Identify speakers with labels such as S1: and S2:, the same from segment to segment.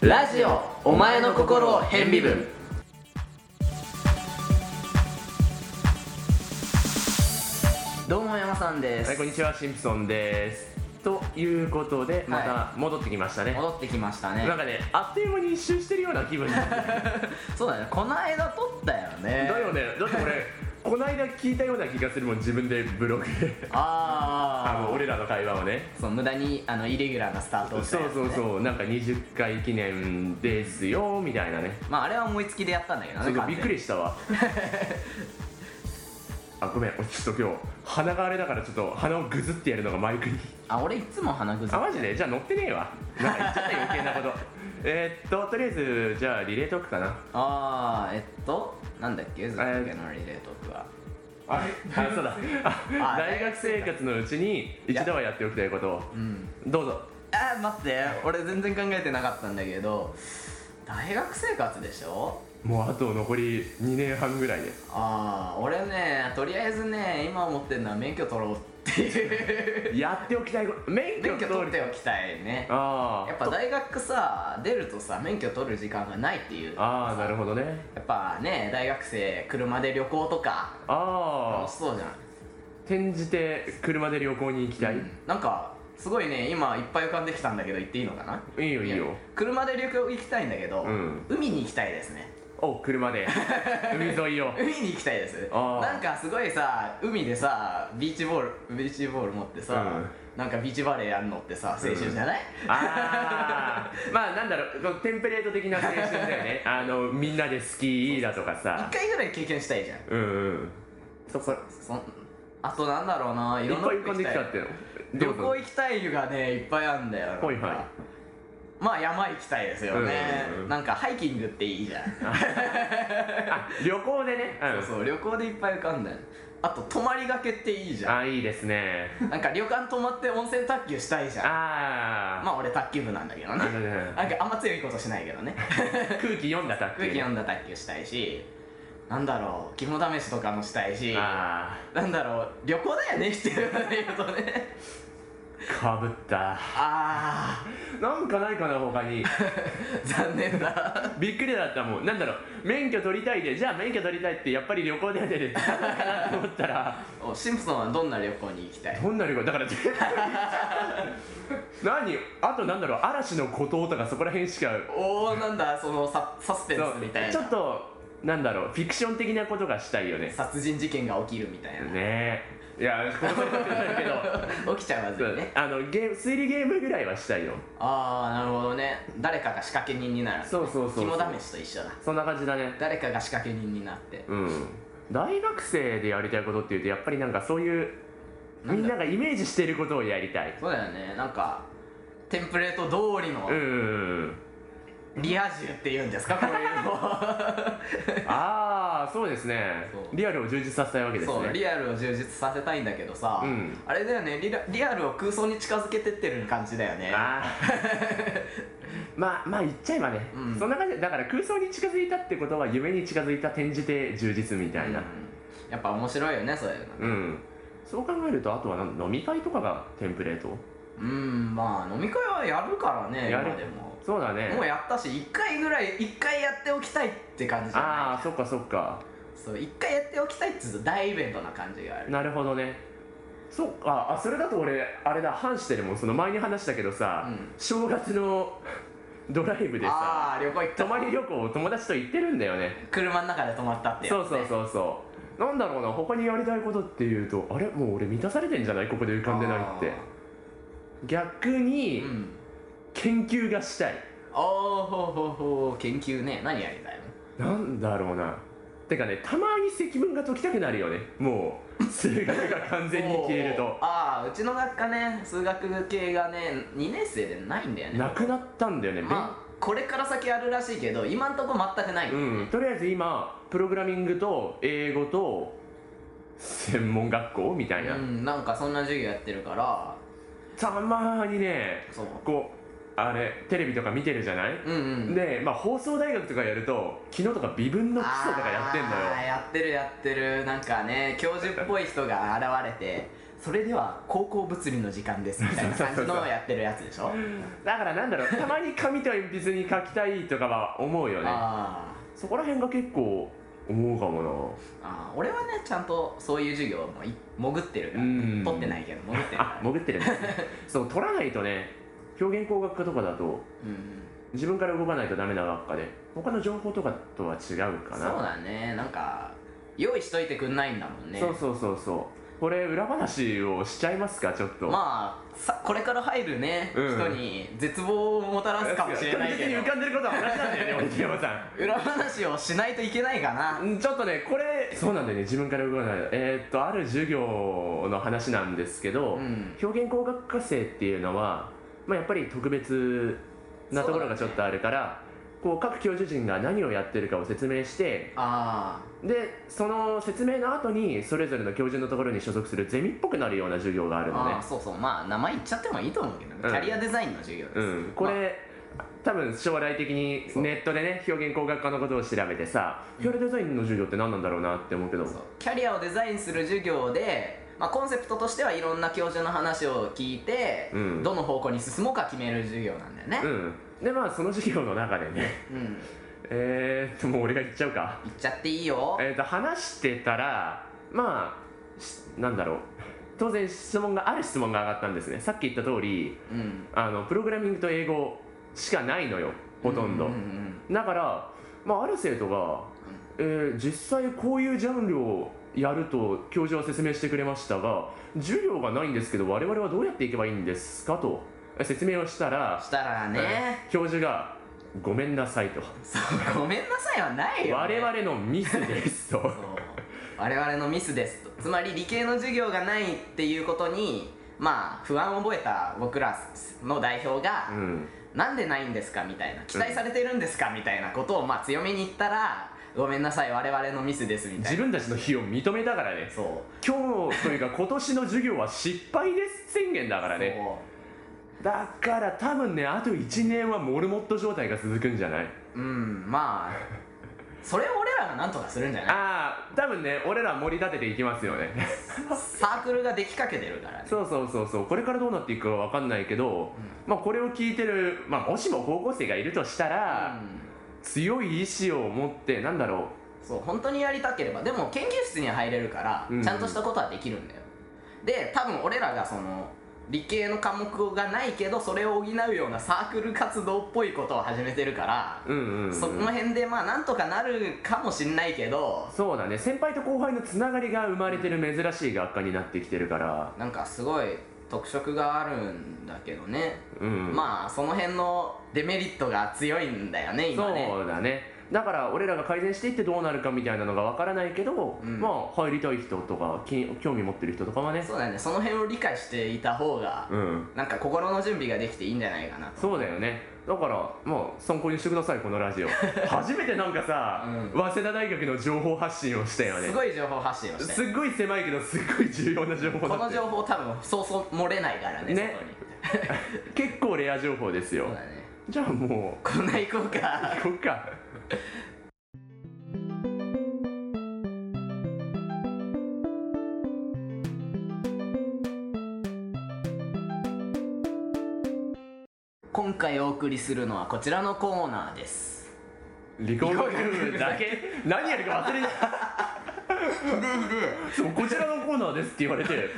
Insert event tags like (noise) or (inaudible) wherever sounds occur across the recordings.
S1: ラジオお前の心を変微分どうも山さんです、
S2: はい、こんにちは、シンプソンです。ということで、ま
S1: は
S2: た戻ってきましたね。
S1: 戻ってきましたね
S2: なんかね、あっという間に一周してるような気分になって
S1: (laughs) そうだねこの間撮ったよね
S2: だよね、だって
S1: (laughs)
S2: 俺、こないだ聞いたような気がするもん、自分でブログで、あ
S1: あ
S2: の俺らの会話をね。
S1: あそう無駄にあのイレギュラーなスタート
S2: そ
S1: を
S2: う
S1: したやつ、ね、
S2: そうそう、なんか20回記念ですよみたいなね。
S1: まああれは思いつきでやったんだけど
S2: ちょ
S1: ね
S2: っとびっくりし
S1: (laughs)
S2: たわ。あ、ごめん、俺ちょっと今日、鼻があれだから、ちょっと鼻をぐずってやるのがマイクに。
S1: あ俺いつも鼻ぐず
S2: あマジでじゃあ乗ってねえわなんか言っちゃった余計なこと
S1: (laughs)
S2: えーっととりあえずじゃあリレートークかな
S1: あーえっとなんだっけずっとのリレートークは
S2: あそうだ
S1: あ
S2: あ (laughs) 大学生活のうちに一度はやっておきたいことを
S1: うん
S2: どうぞ
S1: あー待って俺全然考えてなかったんだけど大学生活でしょ
S2: もうあと残り2年半ぐらいで
S1: ああ俺ねとりあえずね今思ってるのは免許取ろうっていう
S2: やっておきたいこと (laughs) 免許
S1: 免許取っておきたいね
S2: ああ
S1: やっぱ大学さ出るとさ免許取る時間がないっていうや
S2: ああなるほどね
S1: っぱね大学生車で旅行とか
S2: あ
S1: 楽し
S2: あ
S1: そうじゃん
S2: 転じて車で旅行に行きたい、
S1: なんかすごいね今いっぱい浮かんできたんだけど言っていいのかない
S2: いよいいよ
S1: 車で旅行行きたいんだけど、
S2: うん
S1: 海に行きたいですね
S2: お車で海沿いを
S1: 海に行きたいです
S2: あー
S1: なんかすごいさ海でさビーチボールビーチボール持ってさ、
S2: うん
S1: なんかビーチバレーやるのってさ青春じゃない、
S2: ああまあなんだろうこうテンプレート的な青春だよ
S1: (laughs)
S2: ねあのみんなでスキーだとか
S1: 一
S2: さ
S1: 回ぐらい経験したいじゃん
S2: うんうんそこ
S1: そんあとなんだろうない
S2: いっ
S1: ろんな
S2: ぱい
S1: と
S2: 浮か
S1: こ
S2: ん
S1: 行き
S2: でき
S1: たい
S2: ちゃってる
S1: 旅行行きたいがねいっぱいあるんだよなんか
S2: はいはい
S1: まあ山行きたいですよね、
S2: うんうんうん
S1: なんかハイキングっていいじゃん
S2: あ旅行でねうん
S1: そう旅行でいっぱい浮かんだよあと泊まりがけっていいじゃ
S2: あいいですね
S1: んなんか旅館泊まって温泉卓球したいじゃん
S2: ああ
S1: まあ俺卓球部なんだけどね
S2: あのね
S1: なんかあんま強いことしないけどね
S2: 空気読んだ卓球
S1: 空気読んだ卓球したいしなんだろう肝試しとかもしたいし
S2: あ
S1: なんだろう旅行だよね必要なことね
S2: あかぶった
S1: あ
S2: なんかないかな他
S1: (laughs)
S2: に
S1: ー残念だ
S2: びっくりだったもんなんだろう免許取りたいでじゃあ免許取りたいってやっぱり旅行で
S1: (laughs)
S2: やってるってなんかなと思ったら
S1: おシンプソンはどんな旅行に行きたい
S2: どんな旅行だから全 (laughs) 部言っちゃった何あとなんだろう嵐の孤島とかそこら辺しか
S1: おおなんだそのササスペン
S2: そう
S1: スみたいな
S2: ちょっとなんだろうフィクション的なことがしたいよね
S1: 殺人事件が起きるみたいな、
S2: ねえいやこのことじゃないけ
S1: (laughs)
S2: ど
S1: 起きちゃうまず
S2: そ
S1: いうね
S2: あのゲーム推理ゲームぐらいはしたいよ
S1: ああなるほどね誰かが仕掛け人になる
S2: そうそうそうそう
S1: 肝試しと一緒だ
S2: そんな感じだね
S1: 誰かが仕掛け人になって
S2: うん大学生でやりたいことっていうとやっぱりなんかそういう
S1: なんだ
S2: みんながイメージしてることをやりたい
S1: そうだよねなんかテンプレート通りの
S2: うんうんうん
S1: リア充って言うん
S2: (laughs)
S1: ですかこういう
S2: ああそうですね
S1: そう
S2: リアルを充実させたいわけです
S1: のそう
S2: ね
S1: リアルを充実させたいんだけどさ、
S2: うん
S1: あれだよねリラリアルを空想に近づけてってる感じだよね
S2: あー (laughs) まあまあ言っちゃえばね、
S1: うん
S2: そんな感じでだから空想に近づいたってことは夢に近づいた転じて充実みたいな
S1: うんやっぱ面白いよねそういうの
S2: うん、そう考えるとあとはなん飲み会とかがテンプレート
S1: うんまあ飲み会はやるからね
S2: や
S1: 今
S2: る
S1: でも
S2: そうだね
S1: もうやったし1回ぐらい1回やっておきたいって感じじゃない
S2: ああそっかそっか
S1: そう1回やっておきたいっつうと大イベントな感じがある
S2: なるほどねそっかあそれだと俺あれだ反してるもんその前に話したけどさ、
S1: うん
S2: 正月のドライブでさ
S1: ああー旅行行った
S2: 泊まり旅行を友達と行ってるんだよね
S1: 車の中で泊まったってやつ
S2: そ
S1: ね
S2: うそうそうそうなんだろうな他にやりたいことっていうとあれもう俺満たされてんじゃないここで浮かんでないって逆
S1: あ
S2: に
S1: ーうん
S2: 研究がしたい
S1: おおほうほうほう研究ね何やりたいの
S2: なんだろうなてかねたまに積分が解きたくなるよねもう数学が完全に消える
S1: おー
S2: と
S1: ああうちの学科ね数学系がね2年生でないんだよね
S2: なくなったんだよね、
S1: まあこれから先あるらしいけど今んとこ全くない、
S2: うんとりあえず今プログラミングと英語と専門学校みたいな、
S1: うんなんかそんな授業やってるから
S2: たまにね
S1: そう
S2: こうあれテレビとか見てるじゃない、
S1: うんうん
S2: で、まあ、放送大学とかやると昨日とか微分の基礎とかやってんの
S1: あー
S2: よ
S1: やってるやってるなんかね教授っぽい人が現れてそれでは高校物理の時間ですみたいな感じのやってるやつでしょ
S2: だからなん
S1: (laughs)
S2: だろうたまに紙と鉛筆に書きたいとかは思うよね
S1: あー
S2: そこら辺が結構思うかも
S1: あー俺はねちゃんとそういう授業もい潜ってるから、
S2: うん
S1: 取ってないけど潜ってる
S2: なあ
S1: から、
S2: (laughs)
S1: (laughs)
S2: 潜ってるねそう取らないとね表現工学科とかだと
S1: うんうん、
S2: 自分から動かないとダメな学科で他の情報とかとは違うかな
S1: そうだねなんか用意しといてくんないんだもんね
S2: そうそうそうそうこれ裏話をしちゃいますかちょっと
S1: まあさこれから入るね、
S2: うん
S1: 人に絶望をもたらすかもしれないけ
S2: (laughs) 確実に
S1: ど
S2: 浮かんでることは同じなんだよね俺と山さん
S1: 裏話をしないといけないかな
S2: うんちょっとねこれそうなんだよね自分から動かないえーっとある授業の話なんですけど、
S1: うん
S2: 表現工学科生っていうのは、まあ、やっぱり特別なところがちょっとあるからこう各教授陣が何をやってるかを説明して
S1: あ
S2: でその説明の後にそれぞれの教授のところに所属するゼミっぽくなるような授業があ
S1: ー
S2: るのね
S1: あーそうそうまあ名前言っちゃってもいいと思うけどね、
S2: うん
S1: キャリアデザインの授業です、
S2: うん、こ
S1: まあ
S2: れ、多分将来的に
S1: そう
S2: ネットでね表現工学科のことを調べてさ
S1: うん
S2: キャリアデザインの授業って何なんだろうなって思うけど
S1: そうキャリアをデザインする授業で、まあ、コンセプトとしてはいろんな教授の話を聞いて、
S2: うん
S1: どの方向に進もうか決める授業なんだよね
S2: うんでまあその授業の中
S1: (laughs)
S2: でね
S1: うん、
S2: えーっともう俺が言っちゃうか
S1: 言っちゃっていいよ
S2: えーっと話してたらまあしなんだろう当然質問がある質問が上がったんですねさっき言った通り
S1: うん
S2: あのプログラミングと英語しかないのよほとんど、
S1: うんうんうん
S2: だから、まあ、ある生徒が、えー実際こういうジャンルをやると教授は説明してくれましたが授業がないんですけど我々はどうやっていけばいいんですかとえ説明をしたら、
S1: したらね、
S2: えー教授が「ごめんなさい」と
S1: そうごめんなさいはな
S2: 「
S1: いよ、ね、
S2: 我々のミスです」と
S1: そう我々のミスですとつまり理系の授業がないっていうことにまあ不安を覚えた僕らの代表が、
S2: うん
S1: なんでないんですかみたいな期待されてるんですかみたいなことをまあ強めに言ったらごめんなさい我々のミスですみた
S2: 自
S1: いな
S2: 分たちの非を認めたからね
S1: そう
S2: 今日というか今年の授業は失敗です宣言だからねだから多分ねあと1年はモルモット状態が続くんじゃない
S1: そううんまあそれを俺らがなんとかするんじゃない
S2: ああ多分ね俺ら盛り立てていきますよね
S1: サークルができかけてるからね
S2: そうそうそうそうこれからどうなっていくかわかんないけど、まあこれを聞いてる、まあ、もしも高校生がいるとしたら、
S1: うん
S2: 強い意志を持ってなんだろ
S1: そう本当にやりたければでも研究室には入れるから、
S2: うん
S1: ちゃんとしたことはできるんだよで多分俺らがその理系の科目がないけどそれを補うようなサークル活動っぽいことを始めてるから、
S2: ううんうん、うん、
S1: その辺でまあなんとかなるかもしんないけど
S2: そうだね先輩と後輩のつながりが生まれてる珍しい学科になってきてるから
S1: なんかすごい特色があるんだけどね、
S2: うん、
S1: まあその辺のデメリットが強いんだよね今ね
S2: そうだねだから俺らが改善していってどうなるかみたいなのがわからないけど、
S1: うん
S2: まあ入りたい人とかき興味持ってる人とかはね
S1: そうだよねその辺を理解していた方が、
S2: うん
S1: なんか心の準備ができていいんじゃないかなと
S2: そうだよねだからまあ参考にしてくださいこの
S1: (laughs)
S2: ラジオ初めてなんかさ、
S1: う
S2: 早稲田大学の情報発信をしたよね
S1: すごい情報発信をして
S2: すっごい狭いけどすっごい重要な情報
S1: こ
S2: だ
S1: の
S2: って
S1: 情報多分そうそう漏れないからね
S2: ね結構レア情報ですよ
S1: 外にそうだね
S2: じゃあも
S1: こんな行こう
S2: う (laughs)
S1: か
S2: 行こうか
S1: 今回お送りするのはこちらのコーナーです
S2: 理工学部だけ (laughs) 何やるか忘れないそうこちらのコーナーですって言われて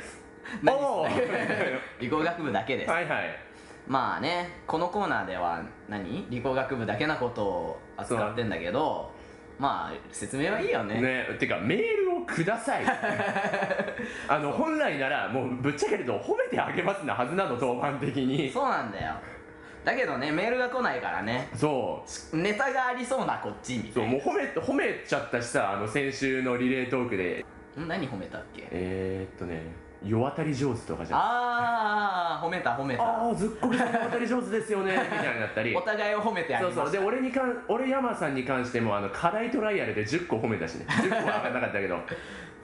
S2: おおー
S1: 理工学部だけです、
S2: (laughs) はいはい
S1: まあねこのコーナーでは何理工学部だけなことを扱ってんだけどまあ説明はいいよね
S2: ねてかメールをくだ (laughs) さいあの本来ならもうぶっちゃけると褒めてあげますなはずなの当番的に
S1: そうなんだよだけどねメールが来ないからね
S2: (laughs) そう
S1: ネタがありそうなこっちみた
S2: そう
S1: いな
S2: もう褒め褒めちゃったしさあの先週のリレートークで
S1: ん何褒めたっけ
S2: えー、っとね世渡り上手とかじゃん
S1: ああ褒めた褒めた
S2: あーずっこけさん世渡り上手ですよねみたいにな (laughs) ったり
S1: お互いを褒めてあげ
S2: そ
S1: ま
S2: う
S1: し
S2: そうで俺にかん俺山さんに関してもあの課題トライアルで10個褒めたしね10個は上がんなかったけど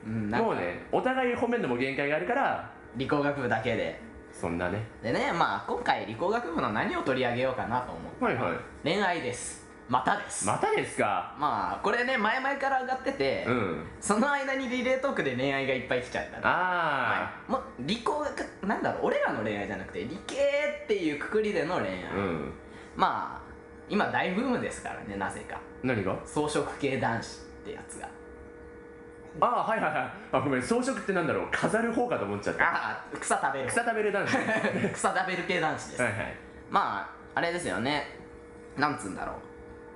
S1: うんなんか
S2: もうねお互い褒めるのも限界があるから
S1: 理工学部だけで
S2: そんなね
S1: でねまあ今回理工学部の何を取り上げようかなと思う
S2: はいはい
S1: 恋愛ですまたですま
S2: またですか
S1: あこれね前々から上がってて、
S2: うん
S1: その間にリレートークで恋愛がいっぱい来ちゃったね
S2: あ
S1: はい、もう理工学なんだろう俺らの恋愛じゃなくて理系っていうくくりでの恋愛、
S2: あうん
S1: まあ今大ブームですからねなぜか
S2: 何が
S1: 草食系男子ってやつが
S2: ああはいはいはいあごめん装飾ってなんだろう飾る方かと思っちゃった
S1: ああ草食べる
S2: 草食べる男子は
S1: (laughs) 草食べる系男子です、
S2: いはい
S1: まああれですよねなんつうんだろう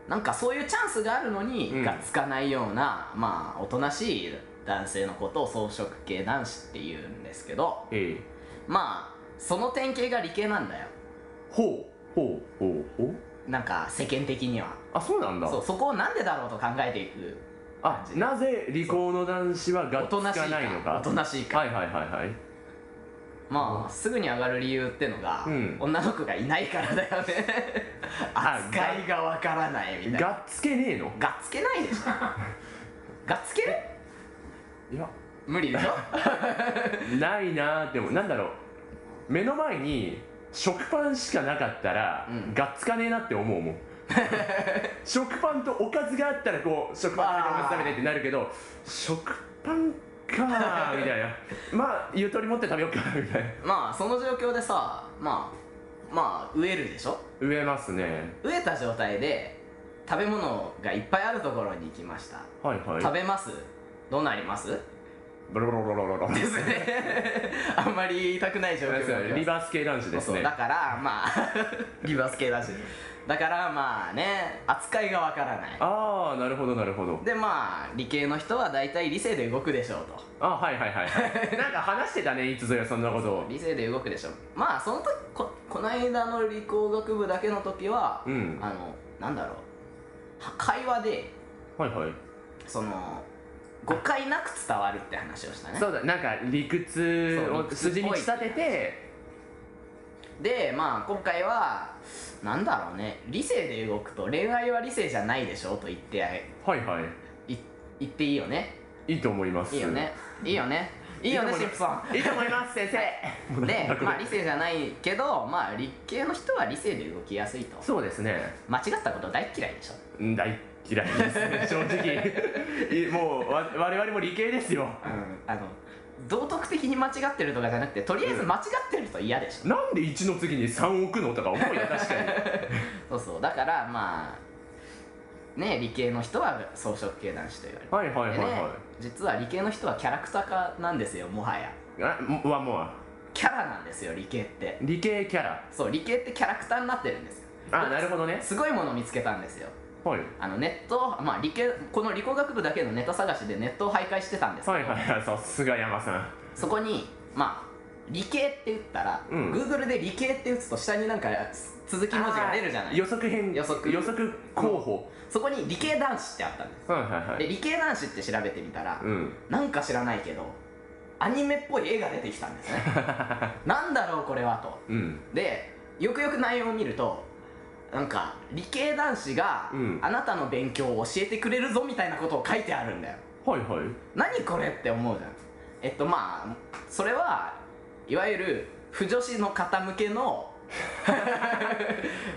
S1: なんかそういうチャンスがあるのに、
S2: うん
S1: がつかないようなまあおとなしい男性のことを草食系男子っていうんですけど
S2: ええ
S1: まあその典型が理系なんだよ
S2: ほうほうほうほう
S1: なんか世間的には
S2: あそうなんだ
S1: そうそこをなんでだろうと考えていく
S2: あなぜ理工の男子は
S1: お
S2: がっ
S1: とな
S2: つ
S1: しい
S2: かないの
S1: か
S2: か
S1: おとなしいか、
S2: はいはいはいはい
S1: まあすぐに上がる理由ってのが、
S2: うん
S1: 女の子がいないからだよね
S2: (laughs) あ
S1: 扱いがわからないみたいな
S2: がっつけねえの
S1: がっつけないでしょがっつける
S2: いや
S1: 無理でしょ
S2: ないなーでもなんだろう目の前に食パンしかなかったら、
S1: うん
S2: がっつかねえなって思う
S1: (laughs)
S2: もん食パンとおかずがあったらこう食パン食べておかず食べてってなるけど食パンかーみ
S1: (laughs)
S2: たいなまあゆとり持って食べようかみたいな
S1: まあその状況でさまあまあ飢えるでしょ
S2: 植えますね
S1: 飢えた状態で食べ物がいっぱいあるところに行きました
S2: はいはい
S1: 食べますどうなります
S2: ブロブロブロブロブロ
S1: ですね (laughs) あんまり言いたくない状況になり
S2: リ
S1: ます
S2: バース系男子です
S1: そうそう
S2: ね
S1: だからま
S2: (laughs)
S1: あリバース系だしだからまあね扱いがわからない
S2: ああなるほどなるほど
S1: でまあ理系の人は大体理性で動くでしょうと
S2: あはいはいはいはい
S1: (laughs)
S2: なんか話してたねいつぞやそんなことを
S1: 理性で動くでしょまあその時ここの間の理工学部だけの時は、
S2: うん
S1: あのなんだろうは会話で
S2: はいはい
S1: その誤解なく伝わるって話をしたね
S2: そうだなんか理屈
S1: そう理
S2: を
S1: 屈っぽい
S2: 筋に仕立てて
S1: でまあ今回はなんだろうね理性で動くと恋愛は理性じゃないでしょと言ってや
S2: はいはい
S1: 言っていいよね
S2: いいいと思います
S1: いいよねいいよねいいよね
S2: いいと思います
S1: シンプソン
S2: いいと思います先
S1: (laughs)
S2: 生
S1: で
S2: くな
S1: まあ理性じゃないけどまあ理系の人は理性で動きやすいと
S2: そうですね
S1: 間違ったこと大っ嫌いでしょ
S2: うん大嫌いですね正直
S1: (laughs)
S2: いもうわ我々も理系ですよ
S1: あの道徳的に間違ってるとかじゃなくてとりあえず間違ってると嫌でしょ、
S2: なんで1の次に3置くのとか思うよ確かに
S1: (laughs) そうそうだからまあね理系の人は草食系男子と言われて
S2: はいはいはい
S1: でね、
S2: は
S1: 実は理系の人はキャラクター化なんですよもはや
S2: いあもはも
S1: キャラなんですよ理系って
S2: う理系キャラ
S1: そう理系ってキャラクターになってるんですよ
S2: あなるほどね
S1: すごいもの見つけたんですよ
S2: はい
S1: あのネットまあ理系この理工学部だけのネタ探しでネットを徘徊してたんです
S2: はいはいはいさすが山さん
S1: そこにまあ理系って打ったら、
S2: うん
S1: Google で理系って打つと下になんか続き文字が出るじゃない
S2: 予測変
S1: 予測
S2: 予測候補
S1: そこに理系男子ってあったんです
S2: はいはいは
S1: で
S2: い
S1: 理系男子って調べてみたら、
S2: うん
S1: なんか知らないけどアニメっぽい絵が出てきたんです
S2: (laughs)
S1: ねなんだろうこれはと
S2: うん
S1: でよくよく内容を見るとなんか理系男子が、
S2: うん
S1: あなたの勉強を教えてくれるぞみたいなことを書いてあるんだよ
S2: はいはい
S1: 何これって思うじゃんえっとまあそれはいわゆる不女子の方向けの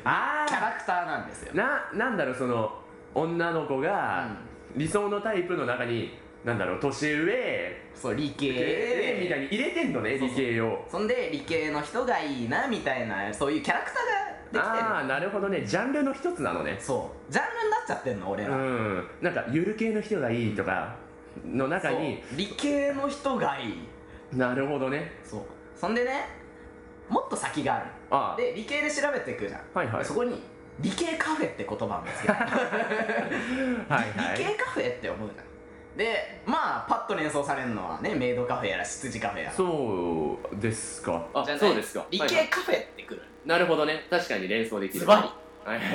S2: あ
S1: キャラクターなんですよ
S2: ななんだろうその女の子が理想のタイプの中に、なんだろう年上
S1: そう理系
S2: えーみたいに入れてんのね
S1: そう
S2: 理
S1: そう
S2: 系を
S1: そんで理系の人がいいなみたいなそういうキャラクターができてる
S2: ああなるほどねジャンルの一つなのね
S1: そうジャンルになっちゃってんの俺
S2: う
S1: ら、
S2: んなんかゆる系の人がいいとかの中
S1: そう
S2: に
S1: 理系の人がいい
S2: なるほどね
S1: そうそんでねもっと先がある
S2: あ
S1: で理系で調べていくじゃん、
S2: はいはい
S1: そこに理系カフェって言葉を見
S2: (laughs)
S1: つけた
S2: あはいは
S1: 理
S2: い
S1: 系カフェって思うじゃんでまあパッと連想されるのはねメイドカフェやら羊カフェやら
S2: そうですかあ
S1: じゃない理
S2: はい
S1: 系カフェってくる、
S2: なるほどね確かに連想で
S1: ズバ
S2: はいはい
S1: リ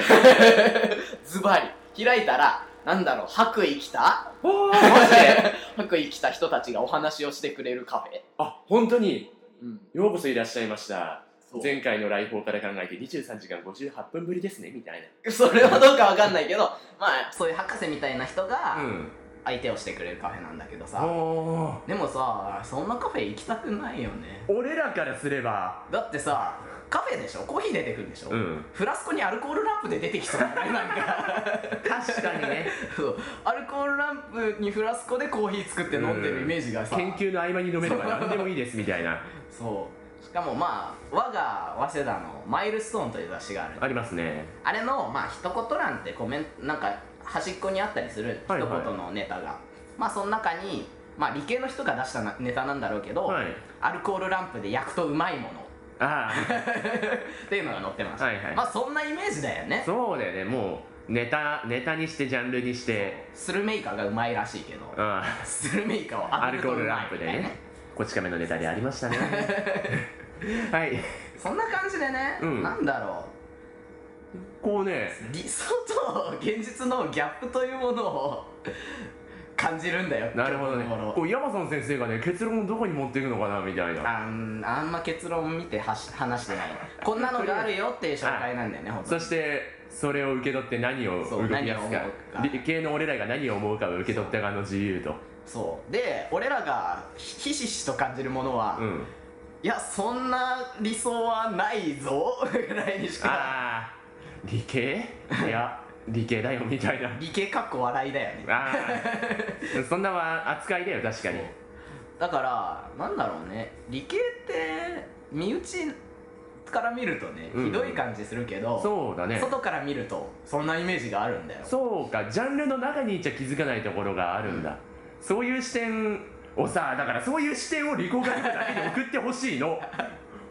S1: (laughs) ズバリ開いたらなんだろう白衣着
S2: (laughs)
S1: た
S2: おーマジで
S1: 白衣着た人たちがお話をしてくれるカフェ
S2: (laughs) あ本当に
S1: うん
S2: ようこそいらっしゃいました
S1: そう
S2: 前回の来訪から考えて23時間58分ぶりですねみたい
S1: それはどうかわかんないけどまあそういう博士みたいな人が、
S2: なうん
S1: 相手をしてくれるカフェなんだけどさ
S2: あ
S1: でもさそんなカフェ行きたくないよね
S2: ー俺らからすれば
S1: だってさカフェでしょコーヒー出てくるんでしょ、
S2: うん
S1: フラスコにアルコールランプで出てきそう
S2: (laughs)
S1: だねなんか
S2: 確かにね
S1: そうアルコールランプにフラスコでコーヒー作って飲んでるイメージがさ、
S2: 研究の合間に飲めれば何でもいいですみたいな
S1: そうしかもまあ我が早稲田の「マイルストーン」という雑誌がある
S2: ありますね
S1: あれのまあ一言欄ってコメントなんか端っこにあったりする一
S2: はい
S1: 言
S2: はい
S1: のネタが、まあその中にまあ理系の人が出したなネタなんだろうけど、
S2: はい
S1: アルコールランプで焼くとうまいもの (laughs)
S2: ああ
S1: っていうのが載ってました、
S2: はいはい
S1: まあそんなイメージだよね
S2: そうだよねもうネタネタにしてジャンルにして
S1: スルメイカがうまいらしいけど
S2: あ
S1: スルメイカを
S2: あ
S1: 当
S2: ア
S1: て
S2: ル
S1: る
S2: コ
S1: とうまい
S2: ール
S1: み
S2: ランプで
S1: たいな
S2: ねこち亀のネタであり
S1: (laughs)
S2: ましたねはい
S1: そんな感じでね、
S2: うん
S1: なんだろ
S2: こうね
S1: う理想と現実のギャップというものを (laughs) 感じるんだよ
S2: なるほどね
S1: 今日のところ
S2: こう山さん先生がね結論をどこに持っていくのかなみたいな
S1: あんあんま結論見てはし話してないこんなのがあるよっていう紹介なんだよね本当
S2: そ
S1: に
S2: してそれを受け取って何を
S1: そう
S2: 動き出すか
S1: 何を思うか
S2: 理系の俺らが何を思うかを受け取った側の自由と
S1: そうで俺らがひひしひしと感じるものは、
S2: うん
S1: いやそんな理想はないぞぐらいにしか
S2: ああ理系いや理系だよみたいな
S1: 理系かっこ笑いだよね
S2: ああ (laughs) そんなは扱いだよ確か
S1: そ
S2: に
S1: うだからなんだろうね理系って身内から見るとね、
S2: うん
S1: ひどい感じするけど、
S2: そうだね
S1: 外から見るとそんなイメージがあるんだよ
S2: そうかジャンルの中にいちゃ気づかないところがあるんだ、そういう視点をさだからそういう視点を理工学部だけに送ってほしい (laughs) の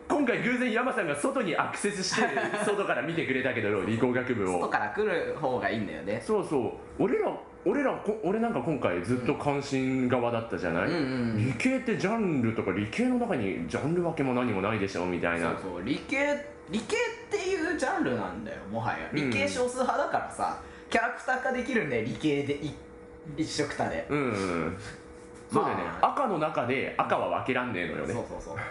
S2: 今回偶然山さんが外にアクセスして外から見てくれたけど理工学部
S1: 外
S2: を
S1: から来る方がいいんだよね
S2: そうそう俺ら俺らこ俺なんか今回ずっと関心側だったじゃない、
S1: うんうん
S2: 理系ってジャンルとか理系の中にジャンル分けも何もないでしょみたいな
S1: そうそう理系理系っていうジャンルなんだよもはや
S2: うん
S1: 理系少数派だからさ、キャラクター化できるんだよ理系でい一色たで、
S2: うんうんそうだよね、
S1: ま
S2: 赤の中で赤は分けらんねえのよね
S1: そうそうそう (laughs)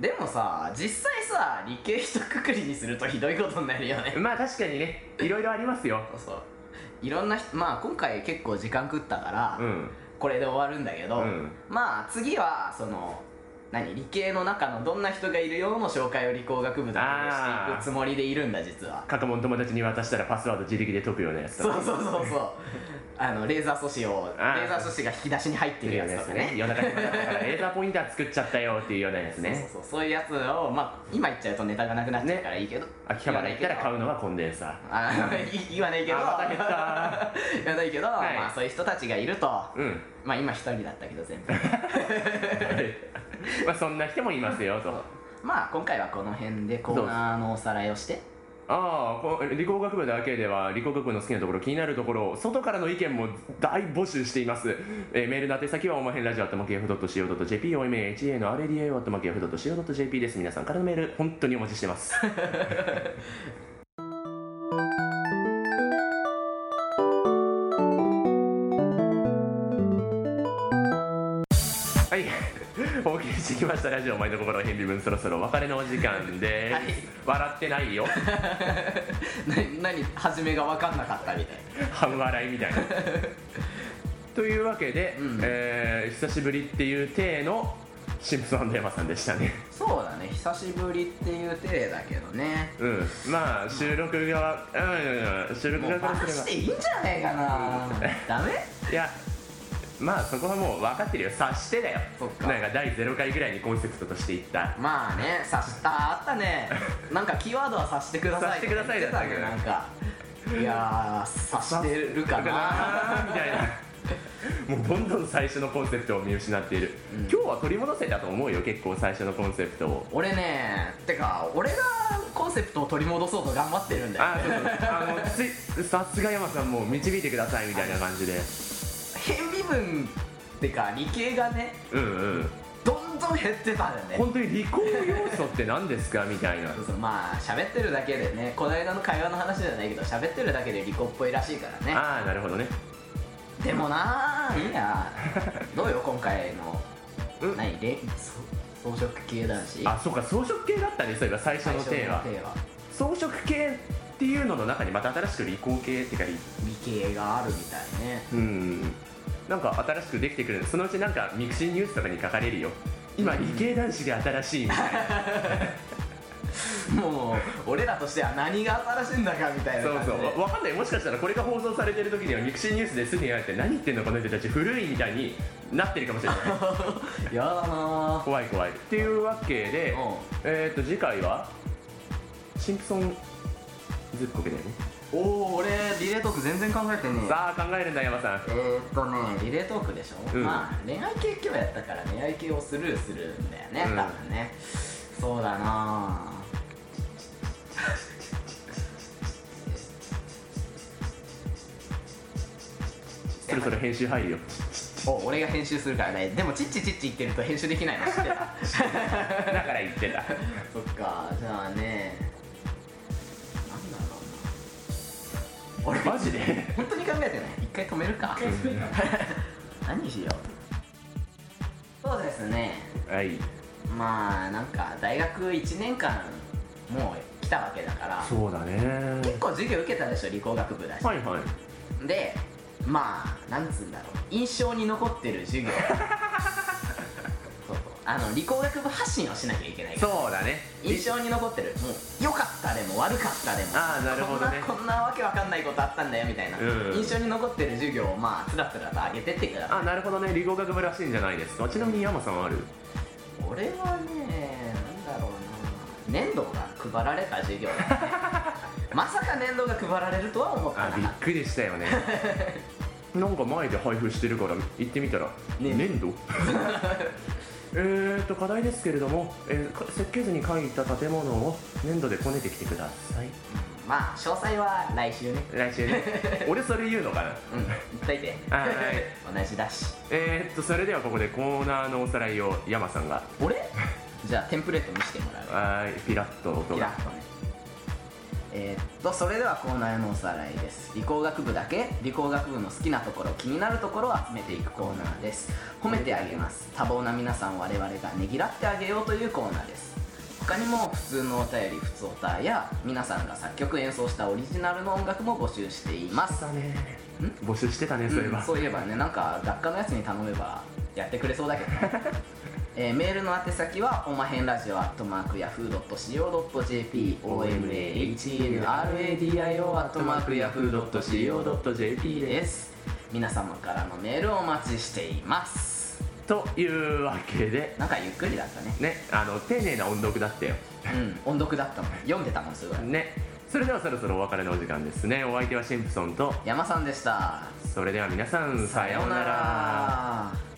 S1: でもさ実際さ理系一括りにするとひどいことになるよね
S2: まあ確かにねいろいろありますよ
S1: そうそういろんな人まあ今回結構時間食ったから、
S2: うん
S1: これで終わるんだけど、
S2: うん
S1: まあ次はその何理系の中のどんな人がいるよの紹介を理工学部だけでしてい
S2: あー
S1: くつもりでいるんだ実は
S2: 過去問友達に渡したらパスワード自力で解くようなやつと
S1: そう
S2: か
S1: そうそうそう (laughs) あのレーザー素子をレ
S2: あー
S1: ーザー素子が引き出しに入ってるやつとかね
S2: 夜中に夜中からレーザーポインター作っちゃったよっていうようなやつね
S1: そうそうそうそういうやつをまあ今言っちゃうとネタがなくなっちゃうからいいけど、
S2: 秋葉原行ったら買うのはコンデンサ
S1: あーい言わないけど
S2: あまた減った
S1: (laughs) 言わないけど、
S2: はい
S1: まあそういう人たちがいると
S2: ーうん
S1: まあ今一人だったけど全
S2: (laughs)
S1: 部
S2: まあそんな人もいますよと
S1: まあ今回はこの辺でコーナーのおさらいをして
S2: ああこ理工学部だけでは理工学部の好きなところ気になるところ外からの意見も大募集しています、えーメールの宛先はおまへんラジオ atmkf.co.jp omha の radio atmkf.co.jp です皆さんからのメール本当にお待ちしてます (laughs) はいお送りしてきましたラジオ毎度心変微分そろそろお別れのお時間です、
S1: はい
S2: 笑ってないよ (laughs)
S1: な何始めが分かんなかったみたい
S2: 半笑いみたいな (laughs) というわけで、
S1: うん
S2: えー久しぶりっていう体のシンプソンの山さんでしたね
S1: そうだね久しぶりっていう体だけどね
S2: うんまあ収録側うん、うん、収録
S1: もう
S2: 側から
S1: バラ
S2: す
S1: し
S2: れば
S1: ていいんじゃねえか
S2: (laughs)
S1: なダメ
S2: いやまあそこはもう分かってるよ察してだよ
S1: そっか
S2: なんか第0回ぐらいにコンセプトとしていった
S1: まあね察したあった
S2: (laughs)
S1: ねなんかキーワードは察してください
S2: 察してください
S1: だ
S2: だ
S1: っ
S2: ってた
S1: たねな
S2: けど
S1: んかいやー察してるかな
S2: (laughs) あーみ
S1: (laughs)
S2: たいなもうどんどん最初のコンセプトを見失っている、
S1: うん
S2: 今日は取り戻せたと思うよ結構最初のコンセプトを
S1: 俺ねてか俺がコンセプトを取り戻そうと頑張ってるんだよ
S2: あそうそうあのつさすが山さんもう導いてくださいみたいな感じで
S1: 変微分ってか理系がね
S2: うんうん
S1: どんどん減ってたんだよね
S2: 本当に理工要素って何ですかみたいな
S1: そうそうまあ喋ってるだけでねこの間の会話の話じゃないけど喋ってるだけで利己っぽいらしいからね
S2: ああなるほどね
S1: でもなあいいなどうよ今回の
S2: うん
S1: 何れそ装飾系男子
S2: あそうか装飾系だったねそういえば最初
S1: 最
S2: の
S1: 初
S2: テーマ
S1: は
S2: 装飾系っていうのの中にまた新しく理工系ってか理
S1: 理系があるみたいね
S2: うんなんか新しくできてくるそのうちなんかミクシーニュースとかに書かれるよ今理系男子で新しいみたいな
S1: もう俺らとしては何が新しいんだかみたい
S2: そ
S1: な
S2: う
S1: 感じ
S2: そ
S1: で
S2: うわわかんないもしかしたらこれが放送されてる時にはミクシーニュースですぐに言われて何言ってんのこの人たち古いみたいになってるかもしれない
S1: やだな
S2: 怖い怖いっていうわけ
S1: う
S2: で
S1: ん
S2: えっ、ー、と次回はシンプソンずっこけだよね
S1: おお俺リレートーク全然考えてねえ
S2: さあ考えるんだ山さん
S1: えーっとねリレートークでしょ、
S2: うん
S1: まあ恋愛系今日やったから恋愛系をスルーするんだよね、
S2: うん
S1: 多分ねそうだな
S2: そろそろ編集入るよ
S1: お俺が編集するからねでもチッチチッチ言ってると編集できないの知ってた
S2: (laughs) だから言って (laughs) た
S1: そっかじゃあねなんだろうな俺
S2: マジで
S1: 本当に考えてない一回止めるか (laughs) 何しようそうですね
S2: はい
S1: まあなんか大学1年間もう来たわけだから
S2: そうだね
S1: 結構授業受けたでしょ理工学部だし、
S2: はいはい
S1: でまあなんつうんだろう印象に残ってる
S2: (laughs)
S1: 授業そうそうあの理工学部発信をしなきゃいけないから
S2: そうだね
S1: 印象に残ってるもう良かったでも悪かったでも
S2: あーなるほどね
S1: こんなこんなわけわかんないことあったんだよみたいな、
S2: うん
S1: 印象に残ってる授業をまあつらつらと上げてってください
S2: あなるほどね理工学部らしいんじゃないですかちなみに山さんはある
S1: 俺はねなんだろうな粘土が配られた授業だ、ね、
S2: (laughs)
S1: まさか粘土が配られるとは思ってな
S2: あ
S1: かっ
S2: びっくりした
S1: (laughs)
S2: よねなんか前で配布してるから行ってみたら、
S1: ね
S2: 粘
S1: (laughs)
S2: 土えーと課題ですけれども、えーか設計図に書いた建物を粘土でこねてきてください
S1: たまあ詳細は来週ね
S2: 来週ね (laughs) 俺それ言うのかな
S1: うん言っといて
S2: はい
S1: 同じだし
S2: えー、っとそれではここでコーナーのおさらいを山さんが
S1: 俺じゃあテンプレート見せてもらう
S2: はーいピラッと音
S1: ピラ
S2: が
S1: ッとねえーっとそれではコーナーのおさらいです理工学部だけ理工学部の好きなところ気になるところを集めていくコーナーです褒めてあげます多忙な皆さんを我々がねぎらってあげようというコーナーです他にも普通のお便り普通おたや皆さんが作曲演奏したオリジナルの音楽も募集しています
S2: だね募集してたねそういえば、
S1: んそういえばねなんか学科のやつに頼めばやってくれそうだけど
S2: (laughs)
S1: ねえーメールの宛先はおまへんラジオアットマークヤフー .co.jp omaheradio アットマークヤフー .co.jp です皆様からのメールをお待ちしています
S2: というわけで
S1: なんかゆっくりだったね
S2: ねあの丁寧な音読だったよ
S1: うん音読だったもん読んでたもんすごい
S2: ねそれではそろそろお別れのお時間ですねお相手はシンプソンと
S1: 山さんでした
S2: それでは皆さんさようなら
S1: ら